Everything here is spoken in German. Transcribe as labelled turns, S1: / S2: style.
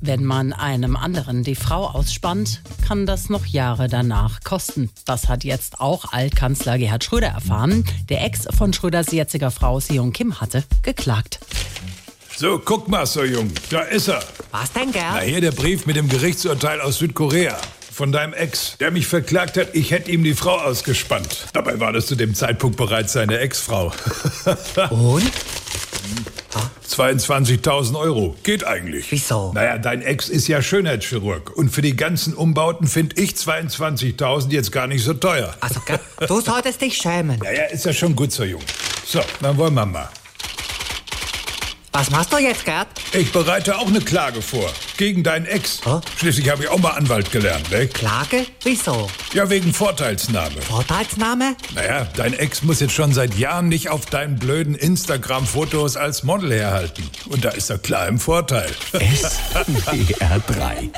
S1: Wenn man einem anderen die Frau ausspannt, kann das noch Jahre danach kosten. Das hat jetzt auch Altkanzler Gerhard Schröder erfahren. Der Ex von Schröders jetziger Frau Seon Kim hatte geklagt.
S2: So, guck mal, so jung, da ist er.
S3: Was denn,
S2: Na,
S3: Gerl?
S2: hier der Brief mit dem Gerichtsurteil aus Südkorea. Von deinem Ex, der mich verklagt hat, ich hätte ihm die Frau ausgespannt. Dabei war das zu dem Zeitpunkt bereits seine Ex-Frau.
S3: Und?
S2: 22.000 Euro. Geht eigentlich.
S3: Wieso?
S2: Naja, dein Ex ist ja Schönheitschirurg. Und für die ganzen Umbauten finde ich 22.000 jetzt gar nicht so teuer.
S3: Also, Gerl, du solltest dich schämen.
S2: Naja, ist ja schon gut so jung. So, dann wollen wir mal.
S3: Was machst du jetzt, Gerd?
S2: Ich bereite auch eine Klage vor. Gegen deinen Ex.
S3: Hä?
S2: Schließlich habe ich auch mal Anwalt gelernt, ne?
S3: Klage? Wieso?
S2: Ja, wegen Vorteilsnahme.
S3: Vorteilsnahme?
S2: Naja, dein Ex muss jetzt schon seit Jahren nicht auf deinen blöden Instagram-Fotos als Model herhalten. Und da ist er klar im Vorteil.
S4: SWR 3